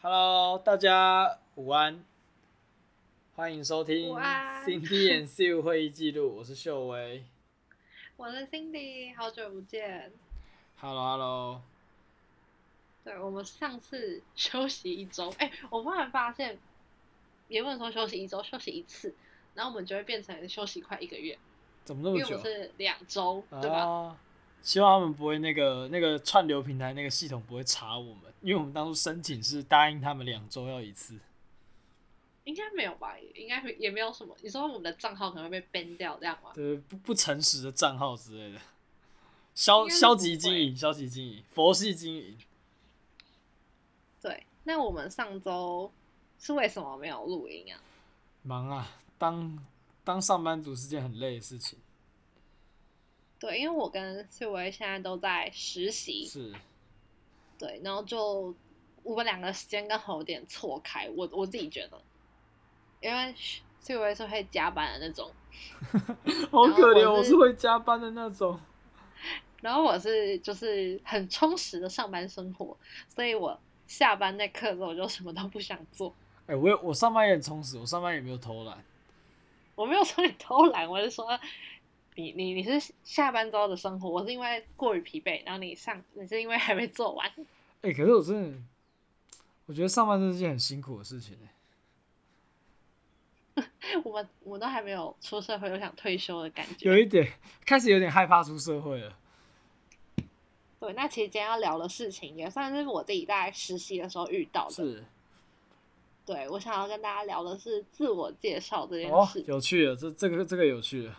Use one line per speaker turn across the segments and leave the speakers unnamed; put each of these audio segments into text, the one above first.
Hello，大家午安，欢迎收听
午安
Cindy and Sue 会议记录，我是秀薇。
我是 Cindy，好久不见。
Hello，Hello，
对我们上次休息一周， 哎、我忽然发现，也不能说休息一周，休息一次，然后我们就会变成休息快一个月，
怎么那么
因为我
久
们？是两周，对吧？
啊，希望他们不会那个那个串流平台那个系统不会查我们，因为我们当初申请是答应他们两周要一次。
应该没有吧？应该也没有什么。你说我们的账号可能会被 ban 掉，这样吗？
对不不诚实的账号之类的，消
应该是
消
不
极经
会
营，消极经营，佛系经营。
对，那我们上周是为什么没有录音啊？
忙啊，当当上班族是件很累的事情。
对，因为我跟翠薇现在都在实习，
是，
对，然后就我们两个时间刚好有点错开，我我自己觉得，因为所以我也是会加班的那种，
好可怜，
我
我
是
是会加班的那种。
然后我是就是很充实的上班生活，所以我下班那刻钟我就什么都不想做。
哎、我有我上班也很充实，我上班也没有偷懒。
我没有说你偷懒，我是说你你你是下班之后的生活，我是因为过于疲惫，然后你上你是因为还没做完，
哎、可是我真的，我觉得上班真是件很辛苦的事情、欸。
我们我们都还没有出社会，有想退休的感觉。
有一点开始有点害怕出社会了。
对，那其实今天要聊的事情也算是我自己在实习的时候遇到的。
是
对，我想要跟大家聊的是自我介绍这件
哦
事，，
有趣了，这这个这个有趣了。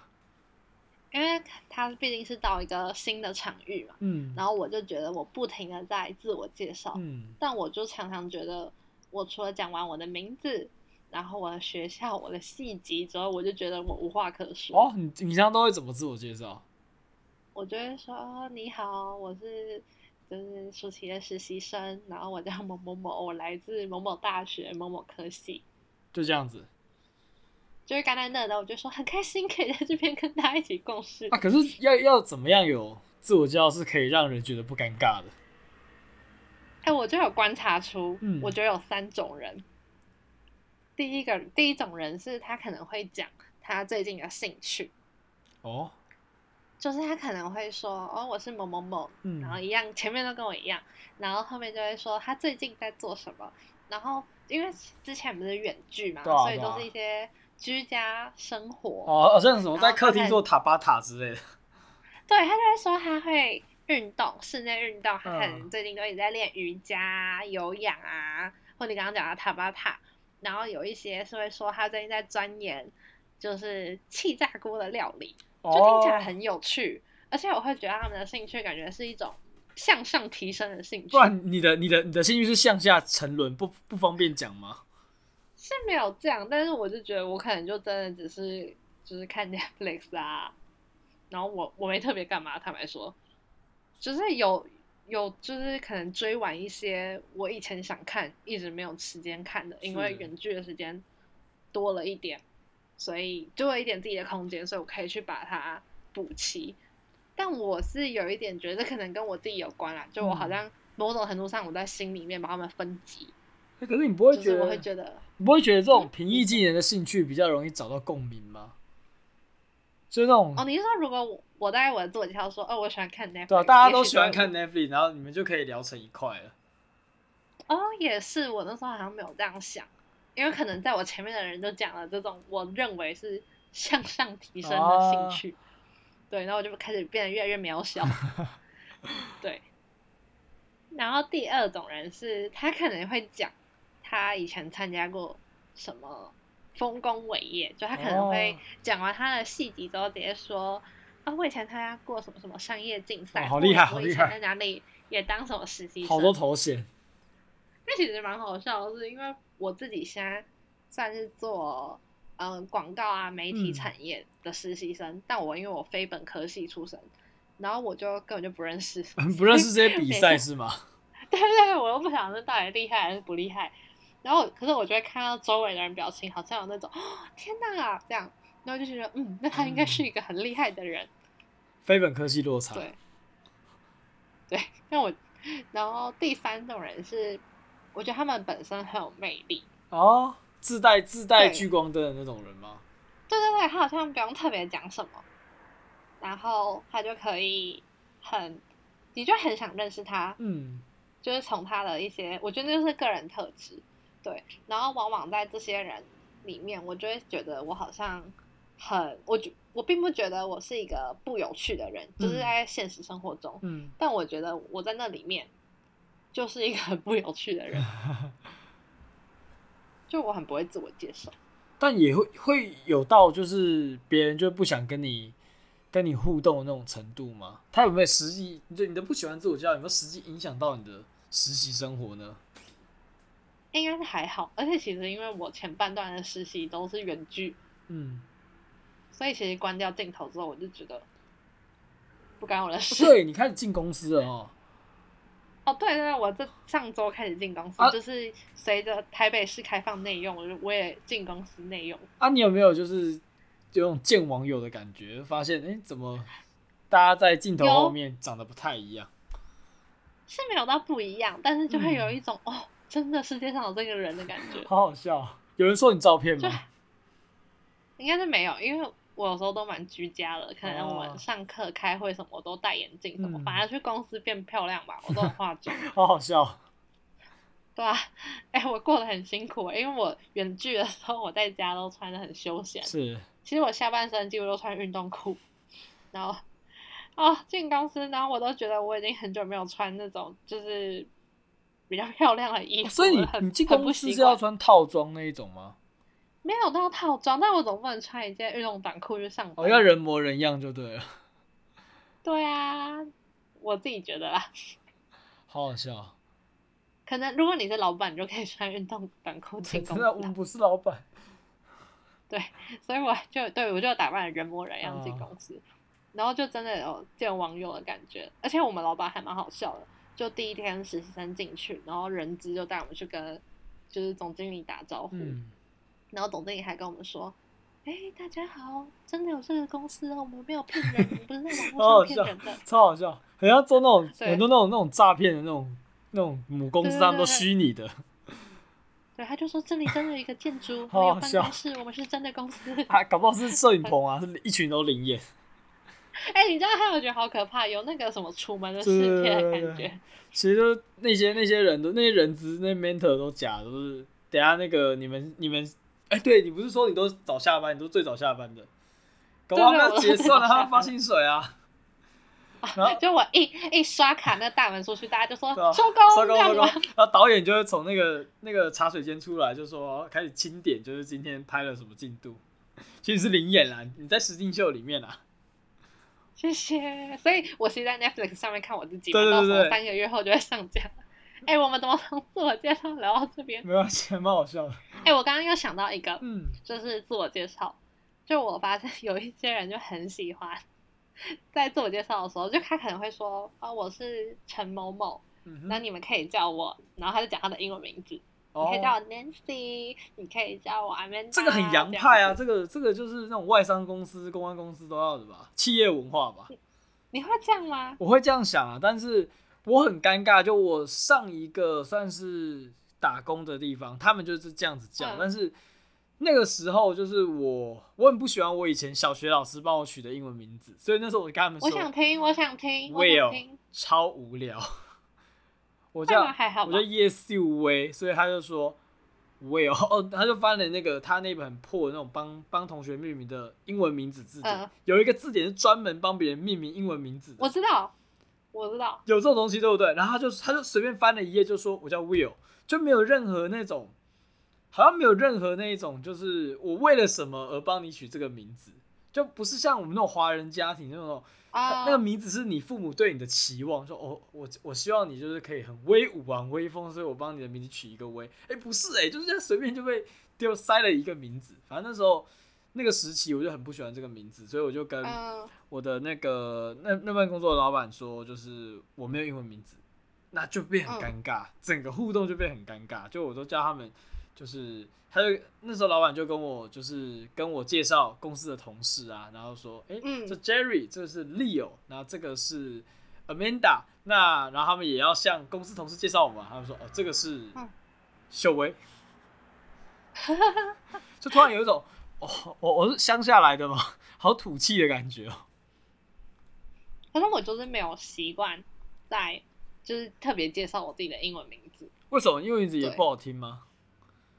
因为它毕竟是到一个新的场域嘛，
嗯
然后我就觉得我不停的在自我介绍，
嗯，
但我就常常觉得，我除了讲完我的名字，然后我的学校、我的系籍之后，我就觉得我无话可说。
哦，你你平常都会怎么自我介绍？
我就会说你好，我是就是暑期的实习生，然后我叫某某某，我来自某某大学某某科系，
就这样子
就是刚才那的，我就说很开心可以在这边跟大家一起共事。
啊？可是要要怎么样有自我介绍是可以让人觉得不尴尬的？
哎、我就有观察出，
嗯
我觉得有三种人。第一个，第一种人是他可能会讲他最近的兴趣，
哦，
就是他可能会说，哦，我是某某某，
嗯
然后一样，前面都跟我一样，然后后面就会说他最近在做什么，然后因为之前不是远距嘛，
对啊
所以
对啊
都是一些居家生活，
哦，好像什么
然后
在客
他
厅
在
做塔巴塔之类的。
对他就会说他会运动，室内运动，他可
嗯
能最近都一直在练瑜伽啊、有氧啊，或你刚刚讲的塔巴塔，然后有一些是会说他最近在钻研就是气炸锅的料理，就听
哦
起来很有趣，而且我会觉得他们的兴趣感觉是一种向上提升的兴趣
不，然你的你的你的兴趣是向下沉沦，不不方便讲吗？
是没有这样，但是我就觉得我可能就真的只是就是看 Netflix 啊，然后我我没特别干嘛，坦白说，就是有有就是可能追完一些我以前想看一直没有时间看的，因为
是
远距的时间多了一点，所以多了一点自己的空间，所以我可以去把它补齐。但我是有一点觉得可能跟我自己有关啦，就我好
嗯
像某种程度上我在心里面把它们分级，
欸可是你不会
就
觉
是
得，
我会觉嗯得。
你不会觉得这种平易近人的兴趣比较容易找到共鸣吗？就是那种、
哦，你是说如果我我在我的自我介绍说，哦，我喜欢看 Netflix，
对啊，大家
也
都
许
喜欢
就
看 Netflix，然后你们就可以聊成一块了。
哦，也是，我那时候好像没有这样想，因为可能在我前面的人就讲了这种我认为是向上提升的
哦
兴趣，对，然后我就开始变得越来越 渺小，对。然后第二种人是他可能会讲他以前参加过什么丰功伟业，就他可能会
哦
讲完他的细节之后直接说。啊，我以前参加过什么什么商业竞赛，
哇哦好
或
厉害
者
好
我
厉
以前
害
在哪里也当什么实习生，
好多头衔，
那其实蛮好笑的是，因为我自己现在算是做嗯、呃广告啊媒体
嗯，
产业的实习生，但我因为我非本科系出身，然后我就根本就不认识
不认识这些比赛
每
是吗？
对对对，我又不想是到底厉害还是不厉害。然后，可是我就会看到周围的人表情，好像有那种哦天哪这样，然后就觉得嗯，那他应该是一个很厉害的人，
非本科系落差，
对，对，但我，然后第三种人是我觉得他们本身很有魅力。
哦，自带自带
对
聚光灯的那种人吗？
对对对，他好像不用特别讲什么，然后他就可以很，你就很想认识他，
嗯，
就是从他的一些，我觉得那就是个人特质，对。然后往往在这些人里面，我就会觉得我好像很，我觉我并不觉得我是一个不有趣的人，就是
嗯
在现实生活中，
嗯，
但我觉得我在那里面就是一个很不有趣的人，就我很不会自我介绍。
但也会会有到就是别人就不想跟你跟你互动的那种程度吗？他有没有实际就你的不喜欢自我介绍有没有实际影响到你的实习生活呢？
应该是还好，而且其实因为我前半段的实习都是远距，
嗯，
所以其实关掉镜头之后，我就觉得不干我的事。
哦 对你开始进公司了哦，
哦，对对对，我这上周开始进公司，
啊
就是随着台北市开放内用，我就我也进公司内用。
啊，你有没有就是有种见网友的感觉？发现哎、诶怎么大家在镜头
有
后面长得不太一样？
是没有到不一样，但是就
嗯
会有一种、哦，真的世界上有这个人的感觉。
好好笑哦，有人说你照片吗？
应该是没有，因为我有时候都蛮居家的，可能我
哦
们上课、开会什么，我都戴眼镜什么，
嗯
反而去公司变漂亮吧，我都有化妆。
好好 笑，
对啊，哎、我过得很辛苦、欸因为我远距的时候我在家都穿的很休闲，
是
其实我下半身几乎都穿运动裤，然后哦进公司，然后我都觉得我已经很久没有穿那种就是比较漂亮的衣服了，
哦所以你
很
你进
很
公
不
司
习
是要
惯
穿套装那一种吗？
没有到套装，但我总不能穿一件运动短裤去上班。
哦，要人模人样就对了，
对啊，我自己觉得啦，
好好笑。
可能如果你是老板，你就可以穿运动短裤进
真
公司啊
的，我们
啦，
不是老 板。
所以我就对我就打扮得人模人样
哦
进公司，然后就真的有见网友的感觉，而且我们老板还蛮好笑的，就第一天实习生进去，然后人资就带我们去跟就是总经理打招呼，
嗯，
然后总经理还跟我们说。哎、大家好！真的有这个公司哦，我们没有骗人，我们不是在
好好
网络上骗人的。
超好笑，很像做那种
对
很多那种那种诈骗的那种那种母公司，
对对
他们都
对对
虚拟的，
对，他就说这里真的有一个建筑，我
好
们
好
有办
笑
公室，我们是真的公司。
啊，搞不好是摄影棚啊，是一群都灵眼。
哎、你知道他有觉得好可怕，有那个什么楚门的
对对
世界
对
的
对
感
对
觉。
其实就是那些那些人都那些人资那些 mentor 都假的，都是等一下那个你们你们哎，对你不是说你都早下班，你都最早下班的，搞不好他们要
对对我都
结
最
算
早
了，
下
他 们发
班
薪水啊。然后
就我一一刷卡那大门出去，大家就说
对啊
收工，
收
这
工
样
收
子
工
吗？，
然后导演就会从那个那个茶水间出来，就说哦开始清点，就是今天拍了什么进度。 其实是灵眼啦，你在实境秀里面啊啦。
谢谢。所以我是在 Netflix 上面看我自己嘛，
对对对
到时
对
候三个月后就会上架。哎、我们怎么从自我介绍聊到这边？
没关系，蛮好笑的。
哎、我刚刚又想到一个，
嗯，
就是自我介绍。就我发现 有一些人就很喜欢在自我介绍的时候，就他可能会说啊、我是陈某某，
嗯
那
哼，
你们可以叫我，然后他就讲他的英文名字，你可以叫
哦，
我 Nancy，你可以叫我 Amanda，
这个很洋派啊，
这
这
样子
个这个就是那种外商公司、公关公司都要的吧，企业文化吧。
你会这样吗？
我会这样想啊，但是我很尴尬，就我上一个算是打工的地方，他们就是这样子叫，
嗯
但是那个时候就是我，我很不喜欢我以前小学老师帮我取的英文名字，所以那时候我跟他们
我想
说
听，我想听，我想
Will
听。
超无聊， 我
会
叫
吗？还好
我
吧
叫。叶秀威，所以他就说 Will，哦，他就翻了那个他那本很破的那种帮帮同学命名的英文名字字典，
嗯
有一个字典是专门帮别人命名英文名字的。
我知道，我知道。
有这种东西对不对？然后他就他就随便翻了一页，就说我叫 Will，就没有任何那种，好像没有任何那一种，就是我为了什么而帮你取这个名字，就不是像我们那种华人家庭那种，
啊、
那个名字是你父母对你的期望，说哦，我我希望你就是可以很威武啊，很威风，所以我帮你的名字取一个威。哎，不是哎，就是这样随便就被丢塞了一个名字。反正那时候那个时期我就很不喜欢这个名字，所以我就跟
嗯，
我的那个那那份工作的老板说，就是我没有英文名字，那就变很
嗯
尴尬，整个互动就变很尴尬。就我都叫他们，就是他就那时候老板就跟我就是跟我介绍公司的同事啊，然后说，诶，
嗯
这 Jerry，这是 Leo，然后这个是 Amanda，那然后他们也要向公司同事介绍我们，他们说，哦，这个是
嗯
秀薇， 就突然有一种哦，我我是乡下来的嘛，好土气的感觉哦。
可是我就是没有习惯在就是特别介绍我自己的英文名字，
为什么？因为名字也不好听吗？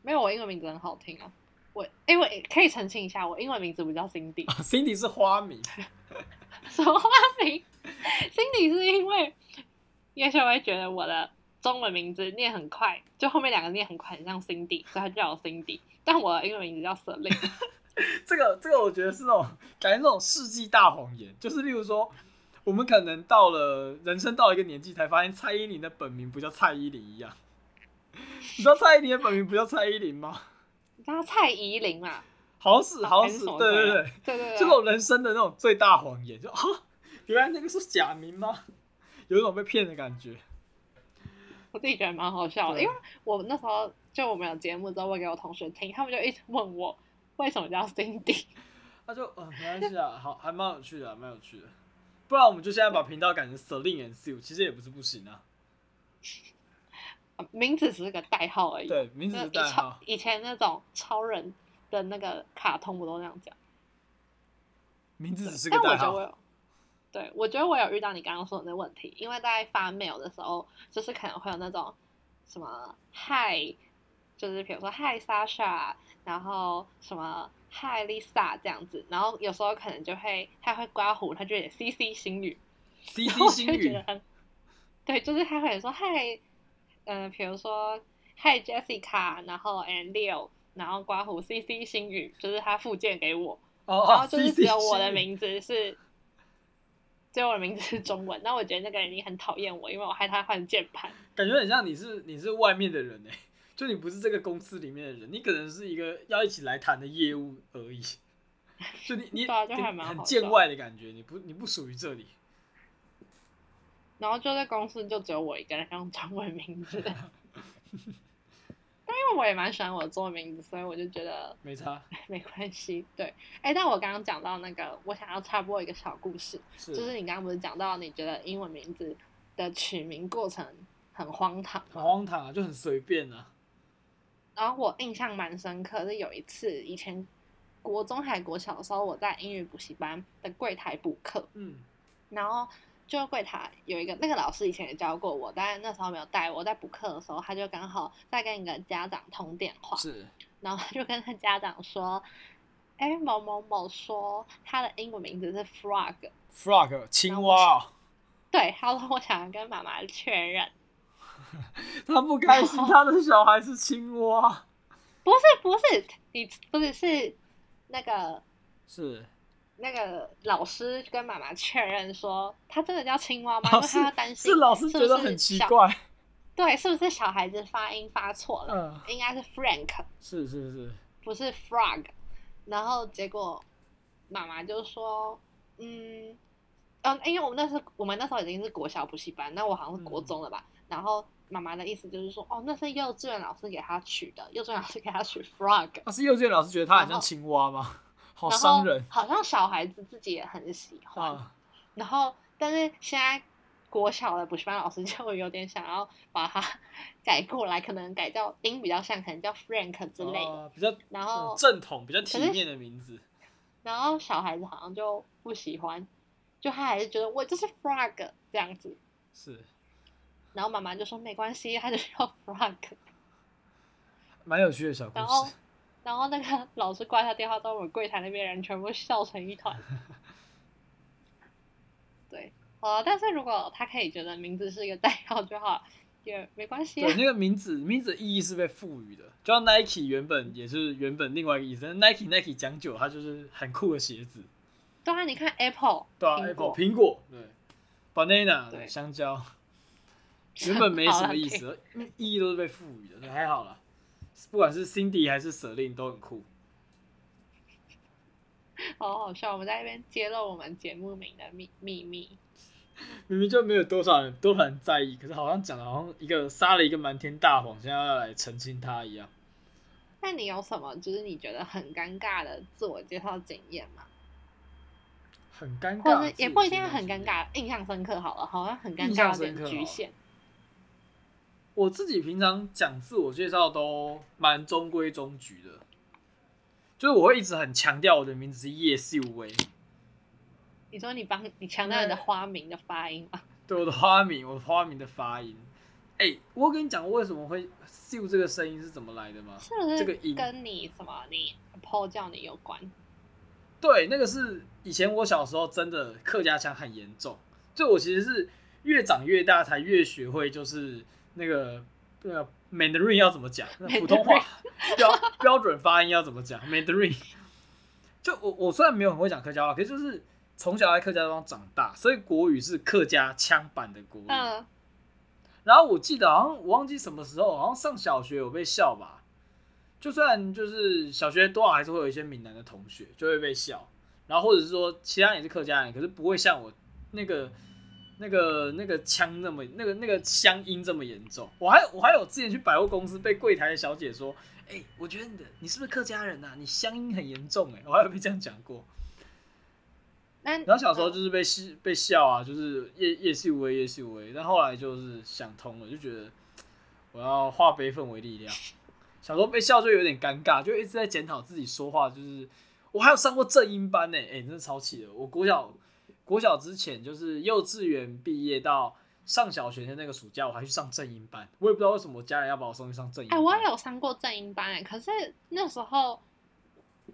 没有我英文名字很好听啊。我因为、可以澄清一下，我英文名字不叫 Cindy，
啊 Cindy 是花 名，
什么花名？Cindy 是因为叶秀薇觉得我的中文名字念很快，就后面两个念很快，很像 Cindy，所以她就叫我 Cindy。但我的英文名字叫 c e l i n
这个这个我觉得是那种感觉那种世纪大谎言，就是例如说，我们可能到了人生到一个年纪才发现蔡依林的本名不叫蔡依林一样。 你知道蔡依林的本名不叫蔡依林吗？
你知道蔡依林嘛？
好死好
啊还是
死，
什么
对对对，
对对对，
这种人生的那种最大谎言，就 啊，原来那个是假名吗？ 有一种被骗的感觉。
我自己觉得蛮好笑的，
对
因为我那时候就我们有节目之后，我给我同学听，他们就一直问我为什么叫 Cindy。
他就嗯，没关系啊， 好，还蛮有趣的啊、蛮有趣的。不然我们就现在把频道改成 Celine and Sue，其实也不是不行啊。
啊名字只是个代号而已。
对，名字
那
是
以
代
超
号。
以前那种超人的那个卡通，我都那样讲。
名字只 是个
但我
代
觉得我
号。
有，对我觉得我有遇到你刚刚说的那问题，因为在发 mail 的时候，就是可能会有那种什么嗨，就是比如说嗨 Sasha，然后什么嗨 Lisa 这样子，然后有时候可能就会他会刮胡，他就也 CC 星语，
C
然后
C
我就
星
觉得
语，
很，对，就是他会说嗨，嗯、比如说嗨 Jessica，然后 and Leo，然后刮胡 CC 星语，就是他附件给我，
哦
然
哦
后，就是
，C
只
C
有我的
星语。
名字是，只有我的名字是中文。那我觉得那个人一定很讨厌我，因为我害他换键盘。
感觉很像你是你是外面的人哎、就你不是这个公司里面的人，你可能是一个要一起来谈的业务而已。就 你你
对啊就还
你
蛮
很
好
见
笑
外的感觉，你不你不属于这里。
然后就在公司就只有我一个人用中文名字。 但因为我也蛮喜欢我的中文名字，所以我就觉得
没差，
没关系。对，哎，但我刚刚讲到那个，我想要插播一个小故事，
是
就是你刚刚不是讲到你觉得英文名字的取名过程很荒唐吗
很荒唐啊，就很随便啊。
然后我印象蛮深刻，是有一次以前国中还国小的时候，我在英语补习班的柜台补课，
嗯，
然后就柜台有一个那个老师以前也教过我，但那时候没有带我，在补课的时候，他就刚好在跟一个家长通电话，
是
然后他就跟他家长说：“哎，某某某说他的英文名字是 Frog，
frog 青蛙、哦。
对，他说我想要跟妈妈确认，
他不开心，他的小孩是青 蛙，
不是不是，你不是是那个
是
那个老师跟妈妈确认说，他真的叫青蛙吗？
哦
因为他要担心
是老师
是不
觉得
是
很奇
小，
怪，
对，是不是小孩子发音发错了？
嗯，
应该是 Frank，
是是是，
不是 Frog。然后结果妈妈就说，嗯，嗯，因为我们那时候我们那时候已经是国小补习班，那我好像是国
嗯
中了吧？然后妈妈的意思就是说，哦，那是幼稚园老师给他取的，幼稚园老师给他取 Frog。
那、啊是幼稚园老师觉得他很
然
像
后
青蛙吗？ 好
然
伤
后 哦
人
好像小孩子自己也很喜欢，
啊！
然后，但是现在国小的补习班老师 就有点想要把它 改过来，可能改叫音比较像，可能叫 Frank 之类的。
啊比较
然
嗯
后，
正统、比较体
可是
面的名字，
然后小孩子好像就不喜欢，就他还是觉得我就是 Frog 这样子。
是
然后妈妈就说没关系，他就叫 Frog。
蛮有趣的小故
然后
事。，
然后那个 老师挂下电话之后，我们柜台那边人全部笑成一团。对，好了，但是如果他可以觉得名字是一个代号就好，也没关系、啊
对，。那个名字名字的意义是被赋予的，就像 Nike 原本也是原本另外一个意思但，Nike Nike 讲久，它就是很酷的鞋子，
对啊，你看 Apple，
对啊
苹
，Apple
果
苹果，对，banana
对
香 蕉， 原本没什么意
好
思，意义都是被赋予的，还好啦。不管是 Cindy 还是 Celine 都很酷，
好好笑。我们在那边揭露我们节目名的秘秘密，
明明就没有多少人多少人在意，可是好像讲的好像一个撒了一个瞒天大谎，现在要来澄清他一样。
那你有什么就是你觉得很尴尬的自我介绍经验吗？
很尴
或
尬，
者是也不一定要很尴，尬，印象深刻好了，好像很尴
印
尬
象
有
深刻
点
哦
局限。
我自己平常讲自我介绍都蛮中规中矩的，就是我会一直很强调我的名字是叶秀威，
你说你帮你强调你的花名的发音吗？
对我的花名，我的花名的发音。哎、我跟你讲，我为什么会秀这个声音是怎么来的吗？
是不是
这个音
跟你什么你 PO 叫你有关？
对，那个是以前我小时候真的客家腔很严重，就我其实是越长越大才越学会，就是那个呃 Mandarin 要怎么讲，那普通话标标准发音要怎么讲 Mandarin。就我我虽然没有很会讲客家话，可是就是从小在客家地方长大，所以国语是客家腔版的国语。
嗯，
然后我记得好像我忘记什么时候，好像上小学有被笑吧。就算就是小学多少还是会有一些闽南的同学就会被笑，然后或者是说其他也是客家人，可是不会像我那个那个那个腔那么那个那个乡音这么严重。我还我还有之前去百货公司被柜台的小姐说，哎、我觉得你的你是不是客家人呐、啊你乡音很严重哎、我还有被这样讲过。
那嗯
然后小时候就是被笑被笑啊，就是叶叶细微叶细微，但后来就是想通了，就觉得我要化悲愤为力量。小时候被笑就有点尴尬，就一直在检讨自己说话，就是我还有上过正音班呢、哎、真的超气的。我国小国小之前就是幼稚园毕业到上小学的那个暑假，我还去上正音班，我也不知道为什么我家人要把我送去上正音
哎、
班。
我也有上过正音班哎、可是那时候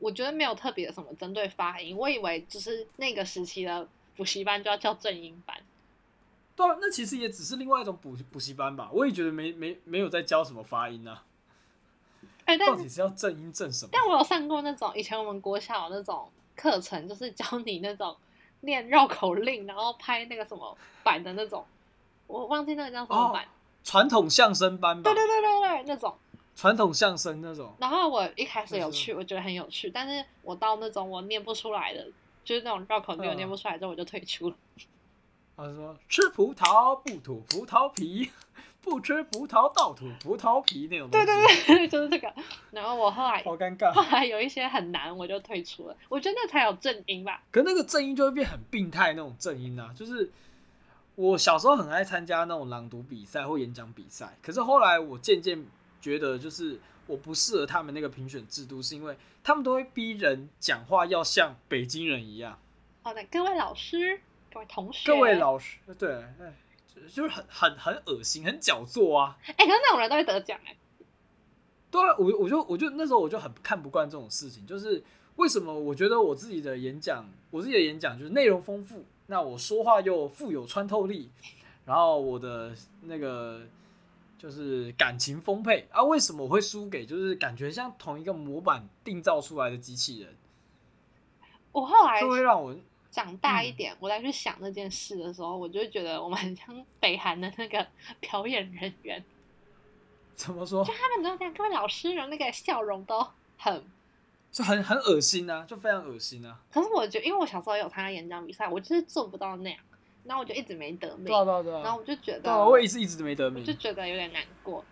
我觉得没有特别什么针对发音，我以为就是那个时期的补习班就要叫正音班。
对啊，那其实也只是另外一种补补习班吧。我也觉得没没没有在教什么发音啊，
哎、
到
但
底
是
是要正音正什么？
但我有上过那种以前我们国小那种课程，就是教你那种念绕口令，然后拍那个什么板的那种，我忘记那个叫什么
哦
板。
传统相声班吧
对，对对对对，那种。
传统相声那种。
然后我一开始
就
有
是
去，我觉得很有趣，但是我到那种我念不出来的，就是那种绕口令我念不出来之后，我就退出了。
他说吃葡萄不吐葡萄皮， 不吃葡萄倒吐葡萄皮那种东西。对对对，
就是这个。然后我后来
好尴
后
尬。
来有一些很难，我就退出了。我觉得那才有正音吧。
可那个正音就会变很病态那种正音啊，就是我小时候很爱参加那种朗读比赛或演讲比赛，可是后来我渐渐觉得就是我不适合他们那个评选制度，是因为他们都会逼人讲话要像北京人一样。
好的，各位老师，各位同学，
各位，老师，对，哎，就就是很很很恶心，很矫作啊。
哎、可是那种人都会得奖哎、
对啊，我我就我就那时候我就很看不惯这种事情，就是为什么我觉得我自己的演讲，我自己的演讲就是内容丰富，那我说话又富有穿透力，然后我的那个就是感情丰沛啊，为什么我会输给就是感觉像同一个模板定造出来的机器人，
我后来
就会让我
长大一
嗯
点，我再去想那件事的时候，我就觉得我们很像北韩的那个 表演人员，
怎么说，
他们都这样，各位老师的那个笑容都很
就很很恶心啊，就非常恶心啊。
可是我觉得，因为我小时候有参加演讲比赛，我就是做不到那样，然后我就一直没得名，
对啊对啊对
然后
啊，
我就觉得，
对啊，我也是一直没得
我
名
就，觉得有点难过，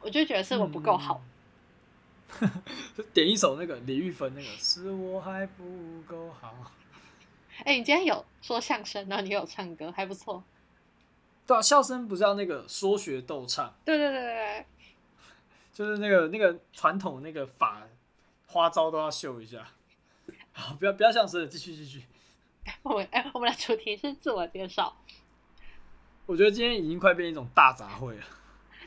我就觉得是我不
嗯
够好。
就点一首那个李玉芬那个，是我还不够好。
哎、你今天有说相声，然后你也有唱歌，还不错。
对啊，笑声不是要那个说学逗唱，
对对对对对，
就是那个那个传统那个法花招都要秀一下。 好，不要不要相声了，继续继续。
我们哎、我们的主题是自我介绍，
我觉得今天已经快变一种大杂烩了。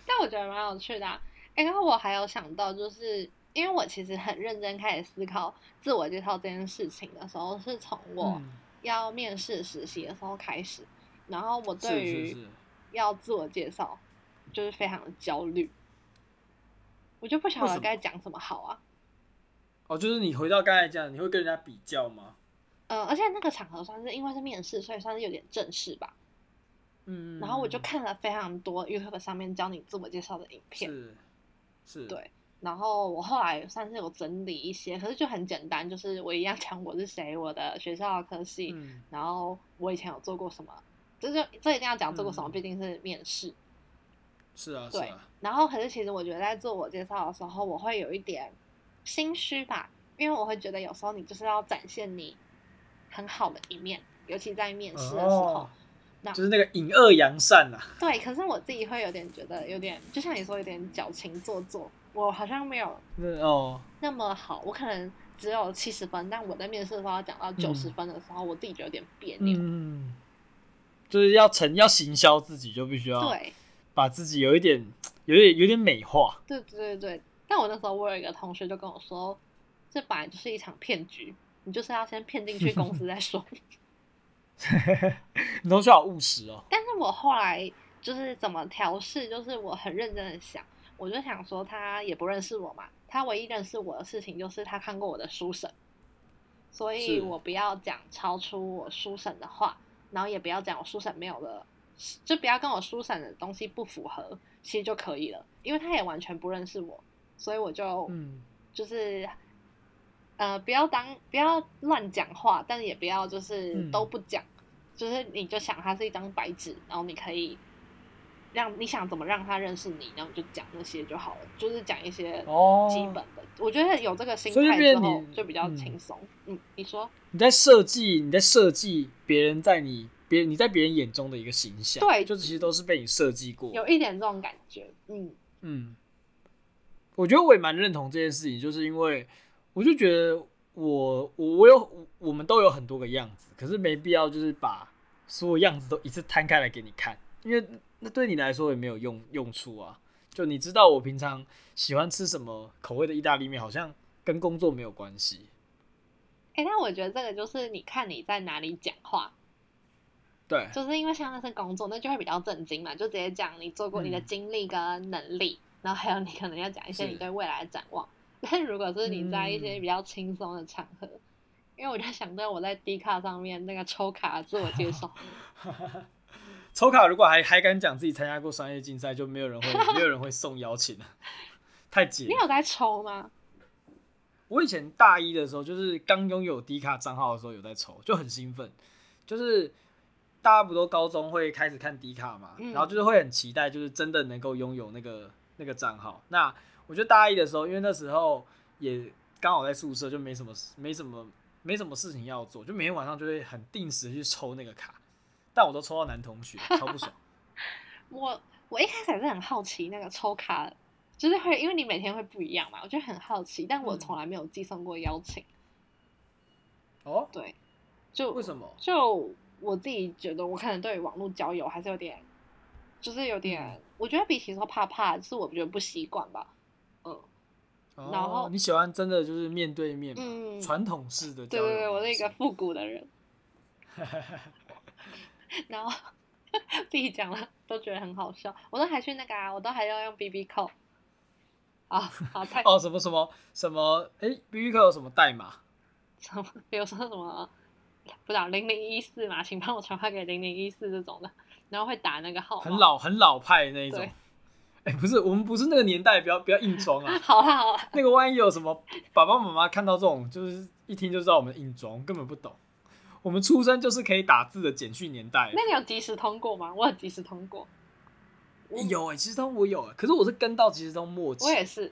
但我觉得蛮有趣的、啊。哎、然后我还有想到，就是因为我其实很认真开始思考自我介绍这件事情的时候，是从我
嗯
要面试实习的时候开始，然后我对
是
于
是是，
要自我介绍，就是非常的焦虑。我就不晓
为什
得
么
该讲什么好啊。
哦，就是你回到刚才这样，你会跟人家比较吗？
嗯、而且那个场合算是因为是面试，所以算是有点正式吧。
嗯，
然后我就看了非常多 YouTube 上面教你自我介绍的影片，
是是，
对然后我后来算是有整理一些，可是就很简单，就是我一样讲我是谁，我的学校的科系，
嗯
然后我以前有做过什么，这就这一定要讲做过什么，
嗯
毕竟是面试。
是啊是
对
啊，
然后可是其实我觉得在自我介绍的时候，我会有一点心虚吧，因为我会觉得有时候你就是要展现你很好的一面，尤其在面试的时候，
哦
那
就是那个引恶扬善啊呐、
对，可是我自己会有点觉得有点，就像你说有点矫情做作，我好像没有
那哦，
那么好，我可能只有七十分，但我在面试的时候要讲到九十分的时候，我自己就有点别扭。
嗯，就是要成要行销自己，就必须要
对，
把自己有一点有点有点美 化。
对对对对。但我那时候我有一个同学就跟我说，这本来就是一场骗局，你就是要先骗进去公司再说。
你同学好务实哦，
但是我后来就是怎么调试，就是我很认真的想，我就想说他也不认识我嘛，他唯一认识我的事情就是他看过我的书审，所以
是
我不要讲超出我书审的话，然后也不要讲我书审没有的，就不要跟我书审的东西不符合，其实就可以了，因为他也完全不认识我，所以我就
嗯，
就是呃，不要当不要乱讲话，但也不要就是
嗯
都不讲，就是你就想它是一张白纸，然后你可以让你想怎么让他认识你，然后你就讲那些就好了，就是讲一些
哦，
基本的。我觉得有这个心
所以就
态
变
之
成
后
你
就比较
嗯
轻松。嗯，你说
你在设计，你在设计别人在你别你在别人眼中的一个形象，
对
就其实都是被你设计过。
有一点这种感觉，嗯，
嗯，我觉得我也蛮认同这件事情，就是因为我就觉得我我我有我我们都有很多个样子，可是没必要就是把所有样子都一次摊开来给你看，因为那对你来说也没有用用处啊。就你知道我平常喜欢吃什么口味的意大利面，好像跟工作没有关系。
哎、但我觉得这个就是你看你在哪里讲话，
对，
就是因为像那是工作，那就会比较震惊嘛，就直接讲你做过你的
嗯
经历跟能力，然后还有你可能要讲一些
是
你对未来的展望。但如果是你在一些
嗯
比较轻松的场合，因为我就想到我在 D 卡上面那个抽卡自我 介绍，
抽卡如果还还敢讲自己参加过商业竞赛，就没有人会没有人会送邀请了，太解
你。有在抽吗？
我以前大一的时候，就是刚拥有低卡账号的时候，有在抽，就很兴奋。就是大家不都高中会开始看低卡嘛，
嗯
然后就是会很期待，就是真的能够拥有那个那个账号。那我觉得大一的时候，因为那时候也刚好在宿舍，就没什么没什么没什么事情要做，就每天晚上就会很定时地去抽那个卡，但我都抽到男同学，超不爽。
我我一开始还是很好奇那个抽卡，就是会因为你每天会不一样嘛，我就很好奇，但我
嗯
从来没有寄送过邀请，
哦，
对，就
为什么？
就我自己觉得，我可能对于网络交友还是有点，就是有点，
嗯
我觉得比起说怕怕，是我觉得不习惯吧。嗯，
哦
然后
你喜欢真的就是面对面嘛
嗯
传、统式的交
对
友
对对，我
模
是一
式
个复古 的人。然后 自己讲了都觉得很好笑，我都还去那个啊，我都还要用 B B 扣。啊，好太
哦，什么什么什么，哎、b B 课有什么代码？
什么，比如说什么，不知道零零一四嘛，请帮我传话给零零一四这种的，然后会打那个号码。
很老很老派的那一种
对。。
哎、不是，我们不是那个年代，不要不要硬装啊
好啦好啦，
那个万一有什么爸爸妈妈看到这种，就是一听就知道我们硬装，根本不懂。我们出生就是可以打字的简讯年代。
那你有及时通过吗？我有及时通过。我
有哎、其实通我有、欸，可是我是跟到其实都默契
我。也是，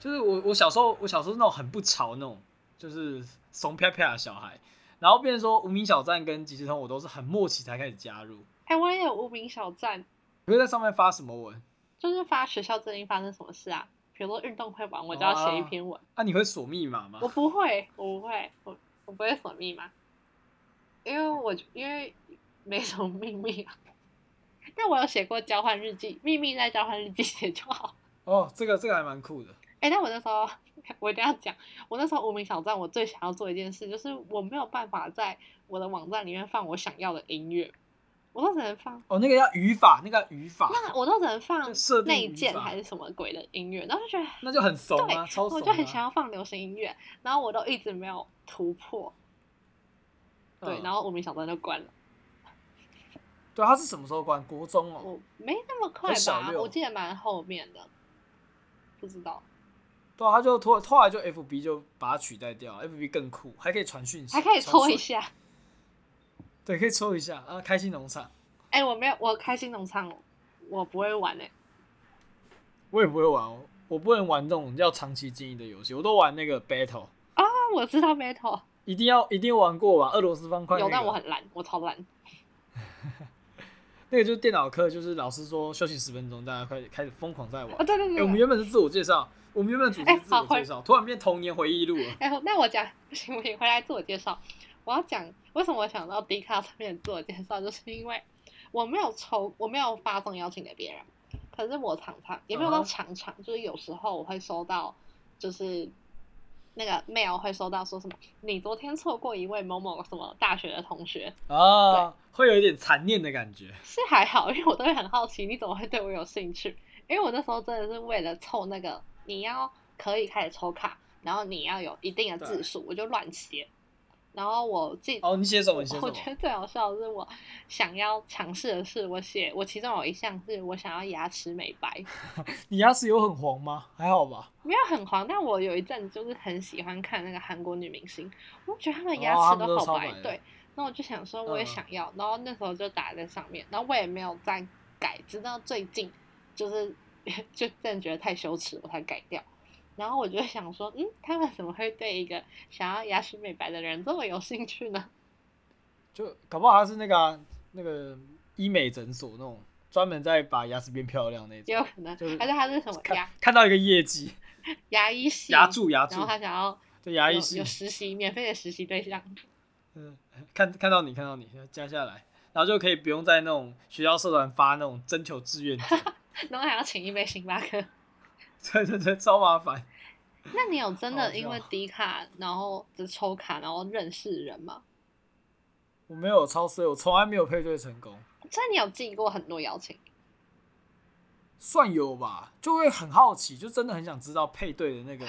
就是我我小时候我小时候那种很不潮那种，就是怂啪啪的小孩，然后变成说无名小站跟即时通我都是很默契才开始加入，
哎、我也有无名小站，
不会在上面发什么文
就是发学校最近发生什么事啊，比如说运动会完，我就要写一篇文。
啊？你会锁密码吗
我？不会，我不会，我我不会锁密码，因为我因为没什么秘密啊。但我有写过交换日记，秘密在交换日记写就好。
哦，这个这个还蛮酷的。
哎、但我那时候我一定要讲，我那时候无名小站，我最想要做一件事，就是我没有办法在我的网站里面放我想要的音乐，我都只能放
哦，那个要语法，那个要语法，
那我都只能放
就设定
内
语
建
法
还是什么鬼的音乐，然后就觉得
那就很怂啊，超
我
怂、啊。
就很想要放流行音乐，然后我都一直没有突破，对，
嗯
然后无名小站就关了，
对，他是什么时候关？国中哦，
我没那么快
很小
吧，
六
我记得蛮后面的，不知道，
对啊，他就突后来就 FB 就把它取代掉，FB 更酷，还可以传讯息，
还可以
超
搓一
爽，
下，
对，可以抽一下啊，开心农场，
哎、我没有，我开心农场我不会玩哎、
我也不会玩哦，我不能玩这种要长期经营的游戏，我都玩那个 Battle，
啊，我知道 metal
一定要一定玩过吧，俄罗斯方块、那
有，
个
但我很懒，我超懒，
那个就是电脑课，就是老师说休息十分钟，大家开始开始疯狂在玩。
哦，对对
哎、
对，
我们原本是自我介绍，我们原本主题
哎
是自我
好
介绍，突然变童年回忆录 了。
哎、那我讲不行不行，回来自我介绍。我要讲为什么我想到 d 卡上面的自我介绍，就是因为我没有抽，我没有发送邀请给别人，可是我常常也没有
啊
到
哈
常常就是有时候我会收到，就是那个 mail 会收到说什么你昨天错过一位某某什么大学的同学，
啊，会有一点残念的感觉。
是还好，因为我都会很好奇你怎么会对我有兴趣，因为我那时候真的是为了凑那个你要可以开始抽卡，然后你要有一定的字数，我就乱写。然后我记，
哦，你写什么？你写什
我
么？
觉得最好笑的是我想要尝试的是，我写我其中有一项是我想要牙齿美白，
你牙齿有很黄吗？还好吧。
没有很黄，但我有一阵就是很喜欢看那个韩国女明星，我觉得她们
哦
牙
她
齿
们
都
都
好
超
白。
白的
对，那我就想说我也
嗯
想要，然后那时候就打在上面，然后我也没有再改，直到最近就是 就真的觉得太羞耻，我才改掉。然后我就想说，嗯，他们怎么会对一个想要牙齿美白的人这么有兴趣呢？
就搞不好它是那个啊、那个医美诊所那种专门在把牙齿变漂亮那
也有
种，
可能，
就是
还是他是什么
看
牙
看到一个业绩，
牙医系，
牙柱牙
然
柱
后，他想要
对牙
有
医系
有，实习免费的实习对象，
嗯，看看到你看到你加下来，然后就可以不用在那种学校社团发那种征求志愿者，
然后还要请一杯星巴克。
对对对，超麻烦。
那你有真
好
的
笑
因为迪卡，然后就抽卡，然后认识人吗？
我没有超衰，我从来没有配对成功，
所以你有寄过很多邀请，
嗯算有吧，就会很好奇，就真的很想知道配对的那 个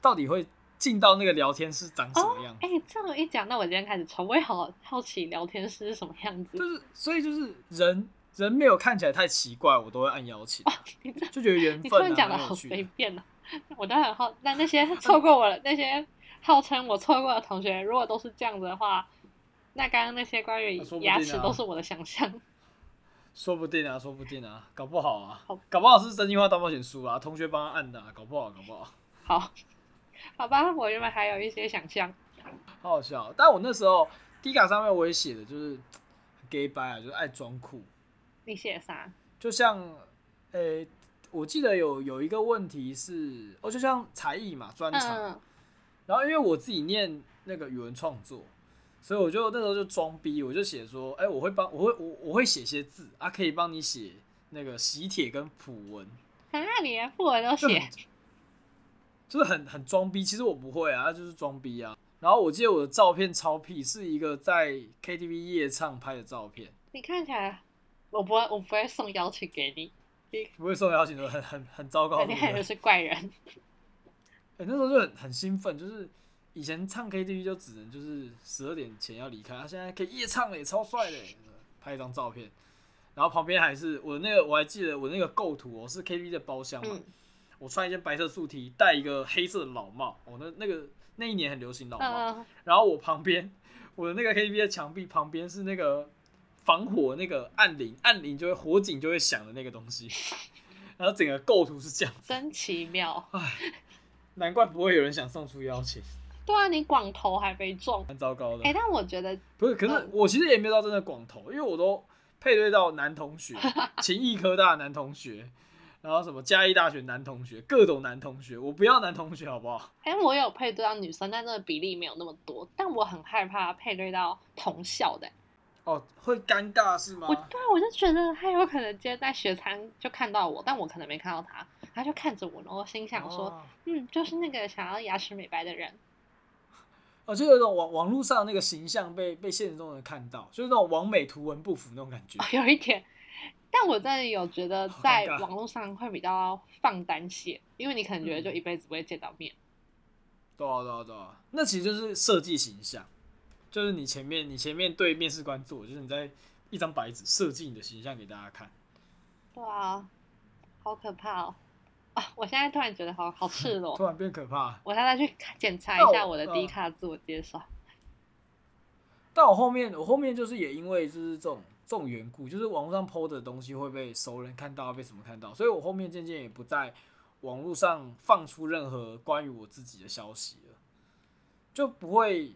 到底会进到那个聊天室长什么样子。
哎、这么一讲，那我今天开始抽，我也好好奇聊天室是什么样子
就。是，所以就是人人没有看起来太奇怪，我都会按邀请，
你这
就觉得缘
哦你突
分
然
啊，
讲的
蛮有
好
趣
随
的。
便呢、 我都很好。那那些错过我的那些号称我错过的同学，如果都是这样子的话，那刚刚那些关于
那说不定啊
牙齿都是我的想象。
说不定啊，说不定啊，搞不好啊
好，
搞不好是真心话大冒险输啊，同学帮他按的、啊，搞不好，搞不好，
好，好吧，我原本还有一些想象。
好好笑。但我那时候 D 卡上面我也写的就是 gay 掰啊，就是爱装酷，
你写啥？
就像，呃、我记得有有一个问题是，哦，就像才艺嘛，专长，
嗯，
然后因为我自己念那个语文创作，所以我就那时候就装逼，我就写说，哎、我会帮，我会我我会写些字啊，可以帮你写那个喜帖跟普文，
啊，你连副文都
就很
写，
就是很很装逼。其实我不会啊，就是装逼啊。然后我记得我的照片超屁，是一个在 KTV 夜唱拍的照片，
你看起来，我不会，我不会送邀请给你，
不会送邀请的，很很很糟糕
那
的
你
人。
看就是怪人。
哎、那时候就很很兴奋，就是以前唱 KTV 就只能就是十二点前要离开，他、现在可以夜唱嘞，超帅嘞，拍一张照片，然后旁边还是我那个我还记得我那个构图哦、是 KTV 的包厢嘛，
嗯
我穿一件白色素 T，戴一个黑色的老帽，哦、那那个那一年很流行老帽，
嗯，
然后我旁边我的那个 KTV 的墙壁旁边是那个防火那个按铃，按铃就会火警就会响的那个东西， 然后整个构图是这样，
真奇妙。
难怪不会有人想送出邀请。
对啊，你广头还没中。
蛮糟糕的。
哎、但我觉得
不是，可是
嗯
我其实也没有到真的广头，因为我都配对到男同 学，勤益科大的男同学，然后什么嘉义大学男同学，各种男同学，我不要男同学好不好？
哎、我有配对到女生，但这个比例没有那么多。但我很害怕配对到同校的、
哦，会尴尬是吗
我？对啊，我就觉得他有可能今天在学餐就看到我，但我可能没看到他，他就看着我，然后心想说，
哦，
嗯，就是那个想要牙齿美白的人。
哦，就有一种网网络上的那个形象被被现实中人看到，就是那种完美图文不符那种感觉
哦。有一点。但我真的有觉得，
好尴
在
尬
网络上会比较放胆写，因为你可能觉得
嗯
就一辈子不会见到面。
对啊，对啊，对啊，那其实就是设计形象，就是你前面你前面对面试官做，就是你在一张白纸设计你的形象给大家看。
对啊，好可怕哦！啊，我现在突然觉得好好赤 裸
突，然变可怕。
我现在去看检查
那
一下
我
我的
呃
低卡自我介绍。
但我后面，我后面就是也因为就是这种这种缘故，就是网络上 PO 的东西会被熟人看到，被什么看到，所以我后面渐渐也不在网络上放出任何关于我自己的消息了，就不会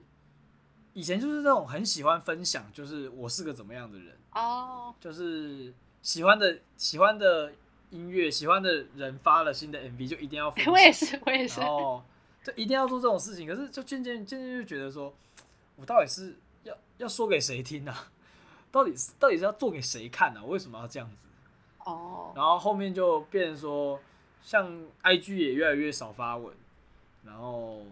以前就是那种很喜欢分享，就是我是个怎么样的人，
哦，
就是喜欢的喜欢的音乐，喜欢的人发了新的 MV 就一定要分享
我也是，我也是，
然后哦就一定要做这种事情。可是就渐渐渐渐就觉得说，我到底是要要说给谁听呢、啊？ 到底是到底是要做给谁看呢、啊？我为什么要这样子？
哦，
然后后面就变成说，像 IG 也越来越少发文，然后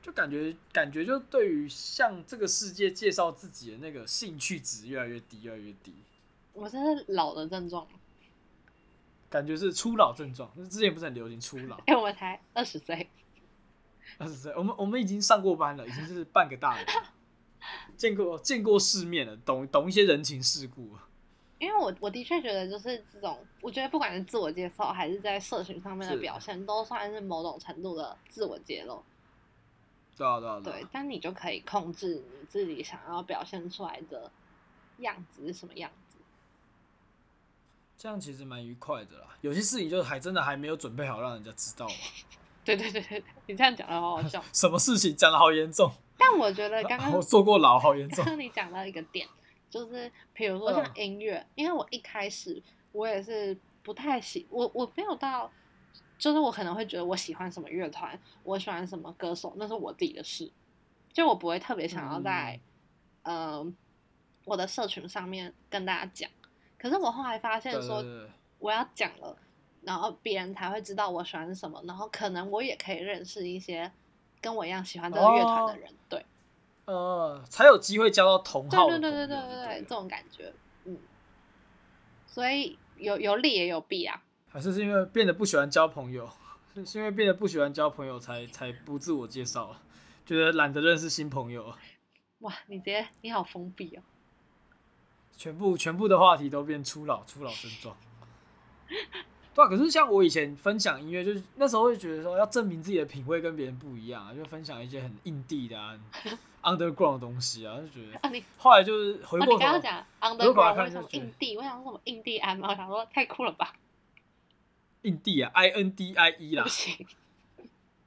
就感觉感觉就对于向这个世界介绍自己的那个兴趣值越来越低，越来越低，
我真是老的症状。
感觉是初老症状。之前不是很流行初老，
哎、我们才二十岁，
二十岁，我们我们已经上过班了，已经是半个大人了，见过见过世面了，懂懂一些人情世故了。
因为我我的确觉得就是这种，我觉得不管是自我介绍还是在社群上面的
是
表现，都算是某种程度的自我揭露。
对啊，对啊，
对
啊，，
但你就可以控制你自己想要表现出来的样子是什么样子。
这样其实蛮愉快的啦。有些事情就还真的还没有准备好让人家知道嘛。
对对对对，对你这样讲的好好笑。
什么事情讲的好严重，
但我觉得刚刚
我坐过牢，好严重嗯
刚。刚你讲到一个点，就是比如说像音乐，因为我一开始我也是不太喜，我我没有到，就是我可能会觉得我喜欢什么乐团，我喜欢什么歌手，那是我自己的事，就我不会特别想要在嗯、呃我的社群上面跟大家讲。可是我后来发现
对对
说，
对，
我要讲了，然后别人才会知道我喜欢什么，然后可能我也可以认识一些跟我一样喜欢这个乐团的
哦
人，对。
呃，才有机会交到同好的
对对
朋
对
友
对
就
对
对
对，这
了，
种感觉，嗯，所以有有利也有弊啊，
还是是因为变得不喜欢交朋友，是是因为变得不喜欢交朋友才才不自我介绍，觉得懒得认识新朋友，
哇，你直接你好封闭哦，
全部全部的话题都变初老初老症 状。对啊，可是像我以前分享音乐，就是那时候会觉得说要证明自己的品味跟别人不一样、啊，就分享一些很硬地的、啊、 很 underground 的东西啊，就觉得。
啊你
后来就是回
啊
过头来，
你刚刚讲
如果把
underground
它
为什
看
么
下去
印地，我想说什么印第安嘛，我想说太酷了吧，
印地啊，I N D I E 啦
不，行，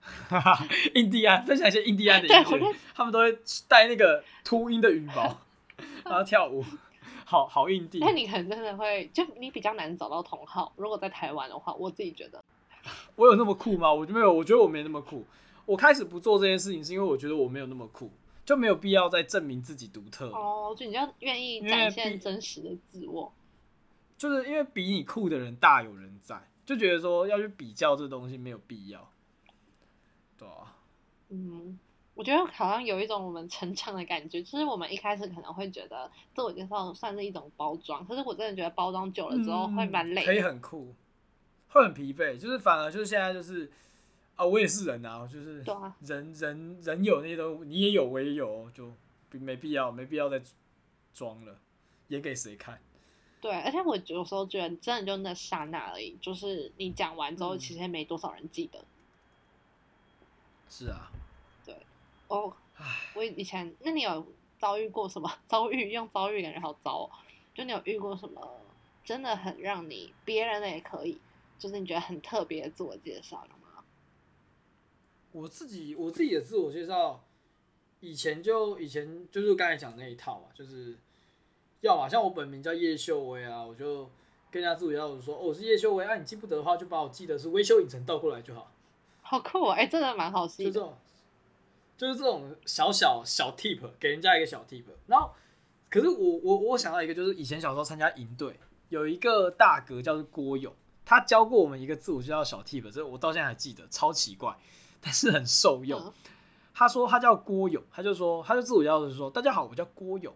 哈哈，印第安分享一些印第安的音
对我
乐，他们都会戴那个秃鹰的羽毛，然后跳舞，好好印地。
那你可能真的会，就你比较难找到同好，如果在台湾的话，我自己觉得，
我有那么酷吗？我就没有，我觉得我没那么酷。我开始不做这件事情，是因为我觉得我没有那么酷，就没有必要再证明自己独特。
哦，就你就愿意
嗯因为
展
毕
现真实的自我，
就是因为比你酷的人大有人在，就觉得说要去比较这东西没有必要。对啊，
嗯，我觉得好像有一种我们成长的感觉，就是我们一开始可能会觉得自我介绍算是一种包装，可是我真的觉得包装久了之后会蛮累
嗯可以
的。
很酷，会很疲惫，就是反而就是现在就是啊，我也是人啊，就是
对啊
人人人有那些东西，你也有，我也有，就比没必要，没必要再装了，也给谁看？
对，而且我有时候觉得真的就那刹那而已，就是你讲完之后，
嗯
其实也没多少人记得。
是啊，
哦，我以前，那你有遭遇过什么？ 遭遇用遭遇感觉好糟、哦，就你有遇过什么真的很让你别人的也可以，就是你觉得很特别的自我介绍了吗？
我自己我自己的自我介绍，以前就以前就是刚才讲那一套嘛，就是要嘛像我本名叫叶秀威啊，我就跟人家自我介绍我就说、哦、我是叶秀威，啊你记不得的话就把我记得是微修影城倒过来就好。
好酷哦，哎、真的蛮好记
就
的
这。种，就是这种小小小 tip，给人家一个小 tip。然后，可是我我我想到一个，就是以前小时候参加营队，有一个大哥叫做郭勇，他教过我们一个自我介绍小 tip，这我到现在还记得，超奇怪，但是很受用。
嗯
他说他叫郭勇，他就说他就自我介绍的说：“大家好，我叫郭勇，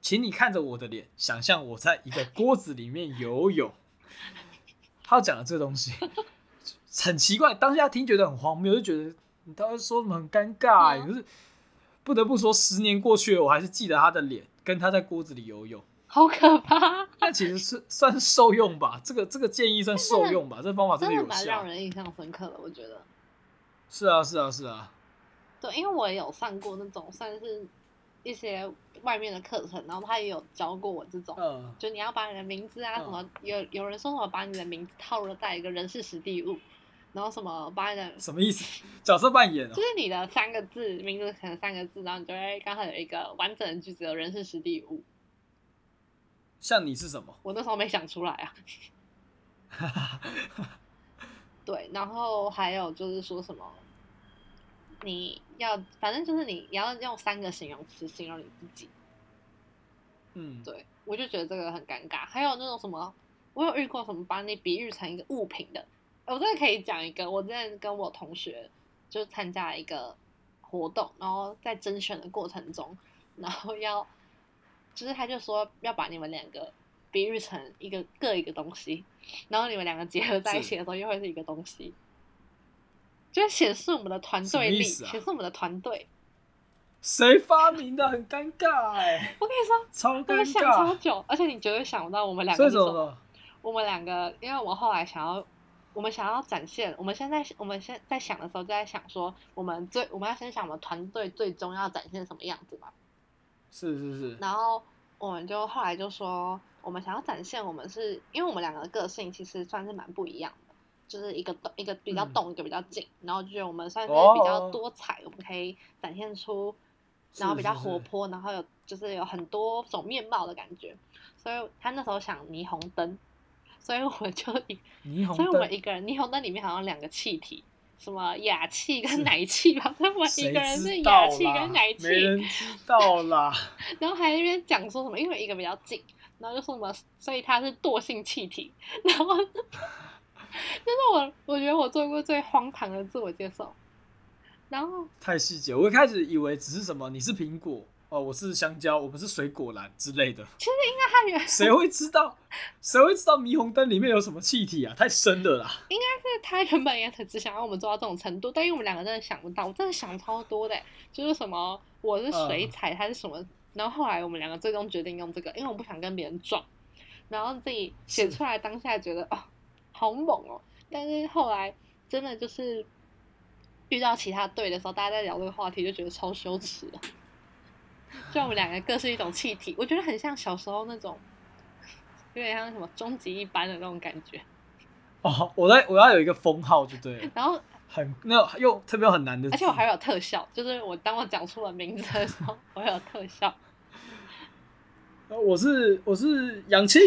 请你看着我的脸，想象我在一个锅子里面游泳。” 他要讲的这个东西很奇怪，当下听觉得很荒谬，就觉得你当时说什么很尴尬、欸
嗯
可是不得不说，十年过去了，我还是记得他的脸，跟他在锅子里游泳。
好可怕，
那其实是算是受用吧，这个这个建议算受用吧，这方法真
哎真
的
的
有
蛮让
效。
人印象深刻的，我觉得。
是啊，是啊，是啊，
对，因为我也有上过那种算是一些外面的课程，然后他也有教过我这种，
嗯，
就你要把你的名字啊
嗯
什么，有有人说什么把你的名字套入在一个人事实地物，然后什么把你的
什么意思？角色扮演哦
就，是你的三个字名字可能三个字，然后你就会刚好有一个完整的句子，有人事实地物。
像你是什么？
我那时候没想出来啊。对，然后还有就是说什么，你要反正就是你你要用三个形容词形容你自己。
嗯，
对，我就觉得这个很尴尬。还有那种什么，我有遇过什么把你比喻成一个物品的，我这个可以讲一个。我之前跟我同学就参加一个活动，然后在甄选的过程中，然后要就是他就说要把你们两个比喻成一个各一个东西，然后你们两个结合在一起的时候又会是一个东西，就是显示我们的团
什么
队
意
力，
思啊
显示我们的团队。
谁发明的？很尴尬 哎，
我跟你说，
超
我
尴
们想超
尬。
久，而且你绝对想不到我们两
所
个
以
是
怎
什么。
么？
我们两个，因为我们后来想要，我们想要展现，我们现在我们现在想的时候，就在想说，我们最我们要先想我们团队最终要展现什么样子嘛。
是是是，
然后我们就后来就说，我们想要展现我们是因为我们两个的个性其实算是蛮不一样的，就是一个动一个比较
嗯
动，一个比较静，然后就觉得我们算是
哦
比较多彩，我们可以展现出，然后
是
比较
是
活
是
泼，然后有就是有很多种面貌的感觉。所以他那时候想霓虹灯，所以我们就一
霓虹
所以我们
灯，
一个人霓虹灯里面好像两个气体，什么氩气跟奶气吧， 所以我们一
谁
个人是
知道
氩气
啦
跟奶？
没
气，
人知道啦。
然后还在那边讲说什么，因为一个比较近，然后就说什么，所以它是惰性气体，然后 真的我我觉得我做过最荒唐的自我介绍，然后
太细节，我一开始以为只是什么你是苹果哦，我是香蕉，我们是水果篮之类的，
他原来是
谁会知道？谁会知道霓虹灯里面有什么气体啊？太深了啦！
他原本也只想让我们做到这种程度，但因为我们两个真的想不到，我真的想超多的，欸就是什么我是水彩，他是什么，然后后来我们两个最终决定用这个，因为我不想跟别人撞，然后自己写
是
出来当下觉得哦，好猛哦，但是后来真的就是遇到其他队的时候，大家在聊这个话题就觉得超羞耻的，就我们两个各是一种气体，我觉得很像小时候那种，有点像什么终极一班的那种感觉，
哦，我在我要有一个封号就对了，
然后
很那又特别很难的字，
而且我还有特效，就是我当我讲出了名字的时候，我有特效。
呃我是我是氧气，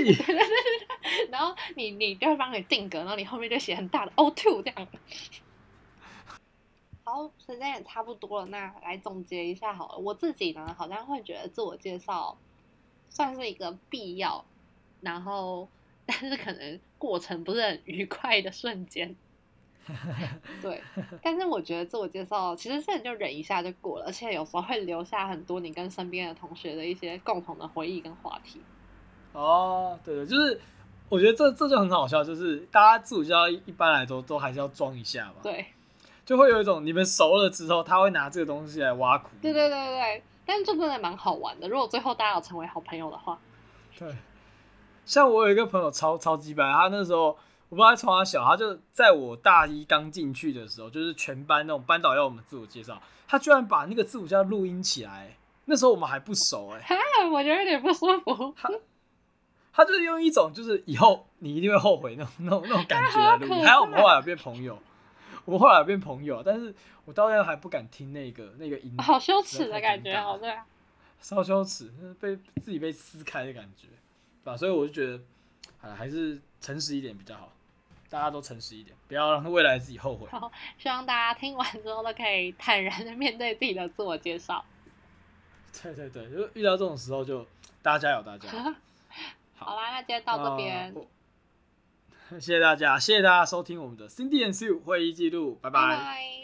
然后你你就会帮你定格，然后你后面就写很大的 O two 这样。好，时间也差不多了，那来总结一下好了。我自己呢，好像会觉得自我介绍算是一个必要，然后但是可能过程不是很愉快的瞬间。对，但是我觉得自我介绍其实真的就忍一下就过了，而且有时候会留下很多你跟身边的同学的一些共同的回忆跟话题。
哦，对对，就是我觉得这这就很好笑，就是大家自我介绍一般来说都还是要装一下吧，
对，
就会有一种你们熟了之后，他会拿这个东西来挖苦，
对对对对对，但是这真的蛮好玩的。如果最后大家有成为好朋友的话，
对，像我有一个朋友超超级白，他那时候我不知道他从他小，他就在我大一刚进去的时候，就是全班那种班导要我们自我介绍，他居然把那个自我介绍录音起来。那时候我们还不熟哎、
哈，我觉得有点不舒服，
他就是用一种就是以后你一定会后悔那种 那种那种感觉来录
好可
音。
怕
还好我们后来有变朋友，我们后来有变朋友，但是我到现在还不敢听那个那个音，
好羞耻的感
实
觉
嗯在太尴尬
哦。
了
对啊，
稍羞耻，被自己被撕开的感觉，对吧？所以我就觉得，啊，还是诚实一点比较好，大家都诚实一点，不要让未来自己后悔。
希望大家听完之后都可以坦然的面对自己的自我介绍。
对对对，就遇到这种时候就大家加油，大家加油好
好啦，那今天到这边
那， 我谢谢大家，谢谢大家收听我们的 Cindy and Sue 会议记录，拜
拜拜。